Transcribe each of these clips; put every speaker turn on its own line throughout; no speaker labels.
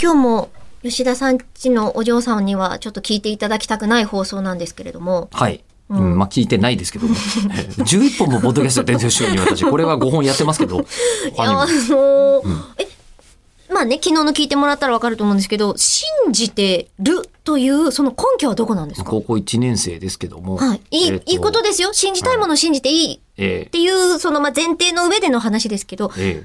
今日も吉田さんちのお嬢さんにはちょっと聞いていただきたくない放送なんですけれども、
はい。
う
うんん、まあ聞いてないで すけど、11本もポッドキャストやってるんですよ、週に私。これは5本やってますけど、
い
他に
や、
も
あのーえ、まあね、昨日の聞いてもらったらわかると思うんですけど、信じてるという、その根拠はどこなんですか
高校1年生ですけども、
はい。いい、
えーと
いいことですよ。信じたいものを信じていいっ
え
ていう、その、まあ、前提の上での話ですけど、
ーえー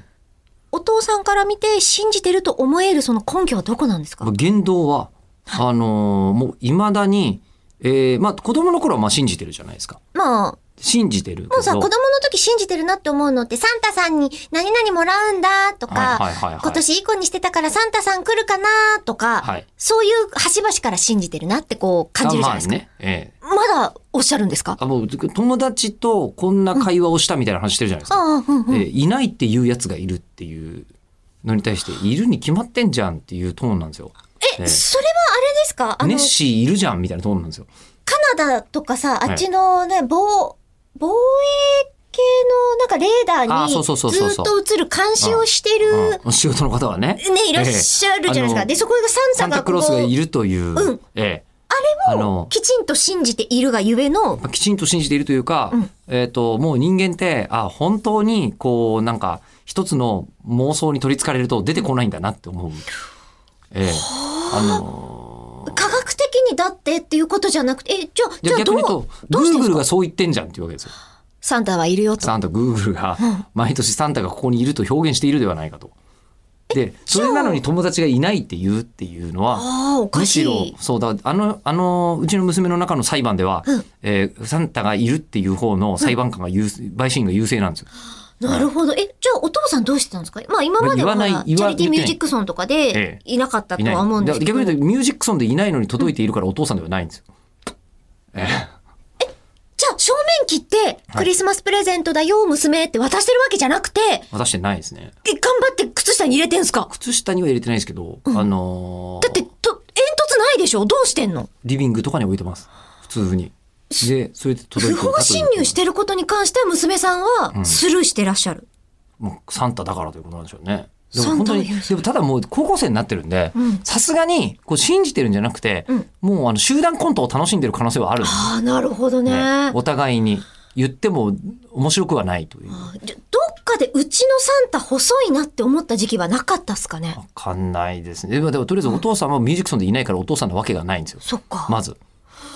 お父さんから見て信じてると思えるその根拠はどこなんですか
言動は、あのーもう未だに、えーまあ子供の頃はまあ信じてるじゃないですか。
まあ、
信じてる
もう
け
さ、子供
ど
の、時信じてるなって思うのって、サンタさんに何々もらうんだとか、
はいはいはいはい
今年いい子にしてたからサンタさん来るかなとか、
はい
そういう端々から信じてるなってこう感じるじゃないですか。
まあね、えー
まだおっしゃるんですかあ
あもう友達とこんな会話をしたみたいな話してるじゃないですか。
あ、うんうん。
でいないっていうやつがいるっていうのに対して、いるに決まってんじゃんっていうトーンなんですよ。え
え、
ー
それはあれですかあの、
ネッシーいるじゃんみたいなトーンなんですよ。
カナダとかさ、
い
あっちのね、防、防衛系のなんかレーダー
あそうそうそうそう
にずっと映る監視をしてる、
うん仕事の方はね。
ね、いらっしゃるじゃないです
ええあ
か。
の
で、そこがサ
サ
ン
ン
タが
タ
こ
ク
う
ロースがいるという。
うん
ええ
あれ
あ
も
の
きちんと信じているがゆえの、
まあきちんと信じているというか、
うん
えっ、と、もう人間って、あ、本当に、こう、なんか、一つの妄想に取り憑かれると出てこないんだなって思う。ええあのー
科学的にだってっていうことじゃなくて、え、じゃあ、
じ
じ
ゃ
ゃ
あ
あ
逆
ど
に言
う
うと、
どうしてです
Google
か
がそう言ってんじゃんっていうわけですよ。
サンタはいるよと。
サンタ、Google が、毎年サンタがここにいると表現しているではないかと。で、それなのに友達がいないって言うっていうのは、
ああ、おか
む
し
し
い。
ろそうだあのあのうちの娘の中の裁判では、
うん
えーサンタがいるっていう方の裁判官が優、陪審員が優勢なんですよ。
なるほど。え、じゃあお父さんどうしてたんですかまあ今までは、
まあ
チ
言わない言
ャ
わ
リティーミュージックソンとかで
ええ
いなかったと
いない
は思うんですけど。
逆に言うとミュージックソンでいないのに届いているからお父さんではないんですよ。
じゃあ正面切って、クリスマスプレゼントだよ、娘って渡してるわけじゃなくて、え
渡してないですね。
頑張って靴下に入れてんすか
靴下には入れてないですけど、あのー
だって、と、煙突ないでしょどうしてんの
リビングとかに置いてます普通に。でそれで
不
届いてい
法侵入してることに関しては娘さんはスルーしてらっしゃる。
もうサンタだからということなんでしょうね。で
サン
も本
タ
当
の
に
優勢
でもただもう高校生になってるんで
うん
さすがにこう信じてるんじゃなくて、
うん
もうあの集団コントを楽しんでる可能性はあるんですよ
ああ、なるほどね。
ね
あ、
お互いに言っても面白くはないという。
ーじゃどっかでうちのサンタ細いなって思った時期はなかったっすかね
わかんないですね。でもでもとりあえずお父さんはミュージックソンでいないからお父さんなわけがないんですよ。
そっか。
まず。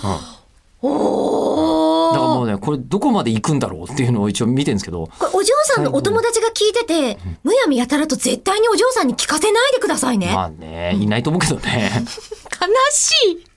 うん。
お
だから
ー
もうね、これどこまで行くんだろうっていうのを一応見てるんですけど、
これお嬢さんのお友達が聞いてて、むやみやたらと絶対にお嬢さんに聞かせないでくださいね。
まあね、いないと思うけどね。
悲しい。